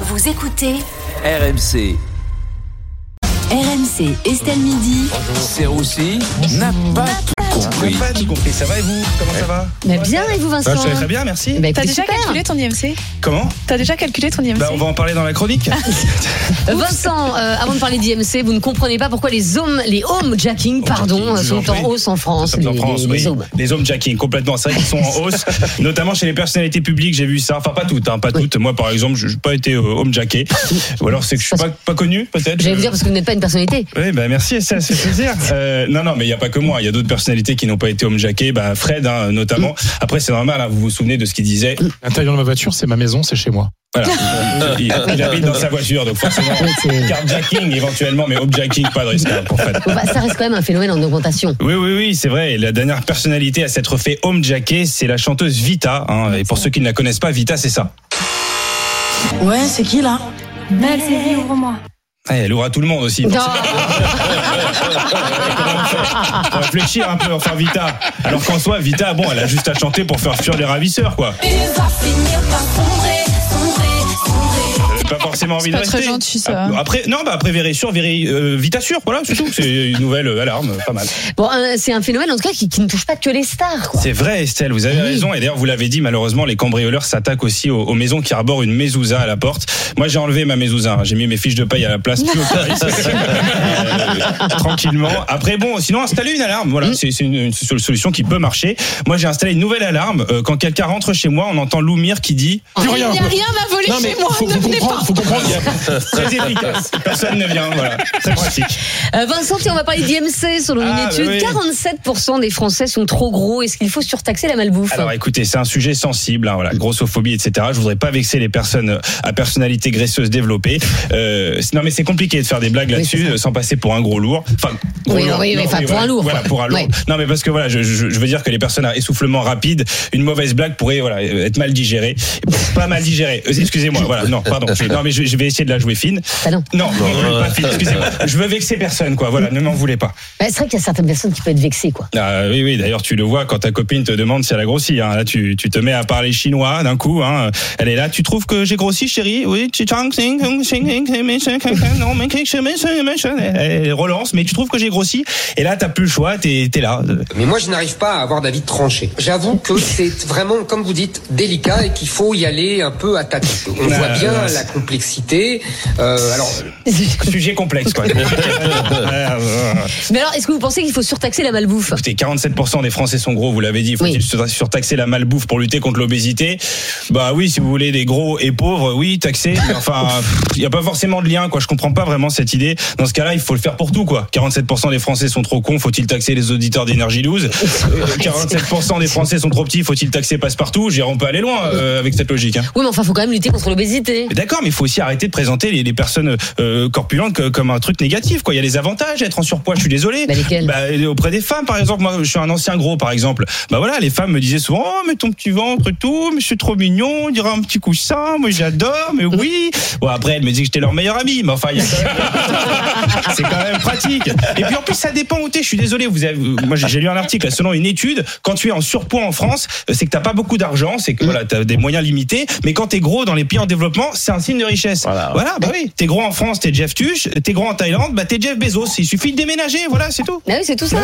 Vous écoutez RMC, RMC Estelle Midi. c'est aussi n'a pas tout compris. Pas tout compris, ça va et vous Comment ça va Mais bien, et vous, Vincent Bah, Je vais très bien, merci. Bah, T'as écoutez, déjà super. calculé ton IMC Comment T'as déjà calculé ton IMC bah, On va en parler dans la chronique. Euh, Vincent, euh, avant de parler d'IMC, vous ne comprenez pas pourquoi les hommes, les home jacking, pardon, jacking, je vous sont Oh, en en prie. hausse en France. Nous sommes en les- France, les- oui. les hommes. Les hommes jacking, complètement. C'est vrai qu'ils sont en hausse, notamment chez les personnalités publiques. J'ai vu ça. Enfin, pas toutes, hein, pas Oui. toutes. Moi, par exemple, je n'ai pas été euh, homme jacké. Ou alors, c'est que je suis pas, pas connu, peut-être. J'allais Je- vous dire parce que vous n'êtes pas une personnalité. Oui, bah merci, Estelle, ça fait plaisir. Euh, non, non, mais il n'y a pas que moi. Il y a d'autres personnalités qui n'ont pas été homme jacké. Bah, Fred, hein, notamment. Mm. Après, c'est normal. hein, vous vous souvenez de ce qu'il disait. L'intérieur de ma voiture, c'est ma maison, c'est chez moi. Voilà. il, il habite dans sa voiture, donc forcément. Oui, c'est- Carjacking éventuellement, mais objacking, pas de risque hein, pour Fred. Bon, bah, ça reste quand même un phénomène en augmentation. Oui, oui, oui, c'est vrai. Et La dernière personnalité à s'être fait homejacker, c'est la chanteuse Vita. hein. Et pour ceux qui ne la connaissent pas, Vita, c'est ça. Ouais, c'est qui là Belle Sylvie, ouvre-moi. Ah, Elle aura tout le monde aussi. Non. Faut réfléchir un peu, enfin Vita. Alors qu'en soi, Vita, bon, elle a juste à chanter pour faire fuir les ravisseurs, quoi. Elle a Euh, Pas forcément envie pas de très rester. gentil, ça. Après, non, bah après Véry sur, Véry, euh, Vita sur, voilà, c'est tout. C'est une nouvelle euh, alarme, pas mal. Bon, un- c'est un phénomène en tout cas qui, qui ne touche pas que les stars. Quoi. C'est vrai, Estelle, vous avez raison. Et d'ailleurs, vous l'avez dit, malheureusement, les cambrioleurs s'attaquent aussi aux, aux maisons qui arborent une mezouza à la porte. Moi, j'ai enlevé ma mezouza. hein. J'ai mis mes fiches de paye à la place, plus aucun risque. Euh, Tranquillement. Après, bon, sinon, installer une alarme. Voilà, c'est c'est une, une sol- solution qui peut marcher. Moi, j'ai installé une nouvelle alarme. Euh, quand quelqu'un rentre chez moi, on entend Loumir qui dit Oh. Plus Il rien. n'y a rien à voler Non, mais chez moi, faut, ne faut venez comprendre, pas faut comprendre. Très efficace. Personne ne vient. Voilà, très pratique. Euh, Vincent, tiens, on va parler d'IMC. Selon Ah, une étude, oui. 47% des Français sont trop gros. Est-ce qu'il faut surtaxer la malbouffe Alors écoutez, c'est un sujet sensible, hein, voilà, grossophobie, etc. Je voudrais pas vexer les personnes euh, à personnalité graisseuse développée. Euh, c'est- non mais c'est compliqué de faire des blagues Oui, là-dessus c'est ça. euh, sans passer pour un gros lourd. Enfin, gros Oui, lourd, oui, oui, non, enfin, pour voilà, un lourd, Voilà, quoi. pour un lourd. Ouais. Non mais parce que voilà, je, je- je veux dire que les personnes à essoufflement rapide, une mauvaise blague pourrait voilà être mal digérée, pas mal digérée. Euh, Excusez-moi, voilà, non, pardon. Je, non mais je, je vais essayer de la jouer fine. Bah non. Non, non, je veux pas fine. Excusez-moi, je veux vexer personne, quoi. Voilà, ne m'en voulez pas. Bah, C'est vrai qu'il y a certaines personnes qui peuvent être vexées. Quoi. Ah, oui, oui. D'ailleurs, tu le vois quand ta copine te demande si elle a grossi. hein. Là, tu, tu te mets à parler chinois d'un coup. Hein. Elle est là. Tu trouves que j'ai grossi, chérie Oui. tu- Non, mais quelque chose, mais c'est- mais c'est- Elle relance, mais tu trouves que j'ai grossi Et là, t'as plus le choix. T'es t'es là. Mais moi, je n'arrive pas à avoir d'avis tranché. J'avoue que c'est vraiment, comme vous dites, délicat et qu'il faut y aller un peu à tâtons. On Bah, voit bien ouais. la complexité. Euh, alors, Sujet complexe, quoi. Mais alors, est-ce que vous pensez qu'il faut surtaxer la malbouffe Écoutez, 47% des Français sont gros, vous l'avez dit. Faut-il Oui. sur- surtaxer la malbouffe pour lutter contre l'obésité Bah oui, si vous voulez des gros et pauvres, oui, taxer. Mais enfin, il n'y a pas forcément de lien, quoi. Je comprends pas vraiment cette idée. Dans ce cas-là, il faut le faire pour tout, quoi. 47% des Français sont trop cons, faut-il taxer les auditeurs Euh, d'énergie 12 47% des Français sont trop petits, faut-il taxer passe-partout J'irai, on peut aller loin euh, avec cette logique. Hein. Oui, mais enfin, faut quand même lutter contre l'obésité. Mais D'accord, mais il faut aussi arrêter de présenter les, les personnes euh, corpulentes que- comme un truc négatif. Quoi. Il y a des avantages à être en surpoids, je suis désolé. Bah, lesquels Bah, euh, Auprès des femmes, par exemple, moi je suis un ancien gros, par exemple. Bah voilà, les femmes me disaient souvent Oh, mais ton petit ventre et tout, mais c'est trop mignon, on dirait un petit coussin, moi j'adore, mais oui. Bon, après, elles me disaient que j'étais leur meilleur ami, mais enfin, il y a quand même- c'est quand même pratique. Et puis en plus, ça dépend où t'es, je suis désolé. Vous avez... Moi j'ai j'ai lu un article, là, selon une étude, quand tu es en surpoids en France, euh, c'est que t'as pas beaucoup d'argent, c'est que voilà, t'as des moyens limités, mais quand t'es gros dans les pays en développement, c'est un signe de richesse. Voilà. Voilà, bah oui. T'es gros en France, t'es Jeff Tuche. T'es gros en Thaïlande, bah t'es Jeff Bezos. Il suffit de déménager, voilà, c'est tout. Ah oui, c'est tout ça.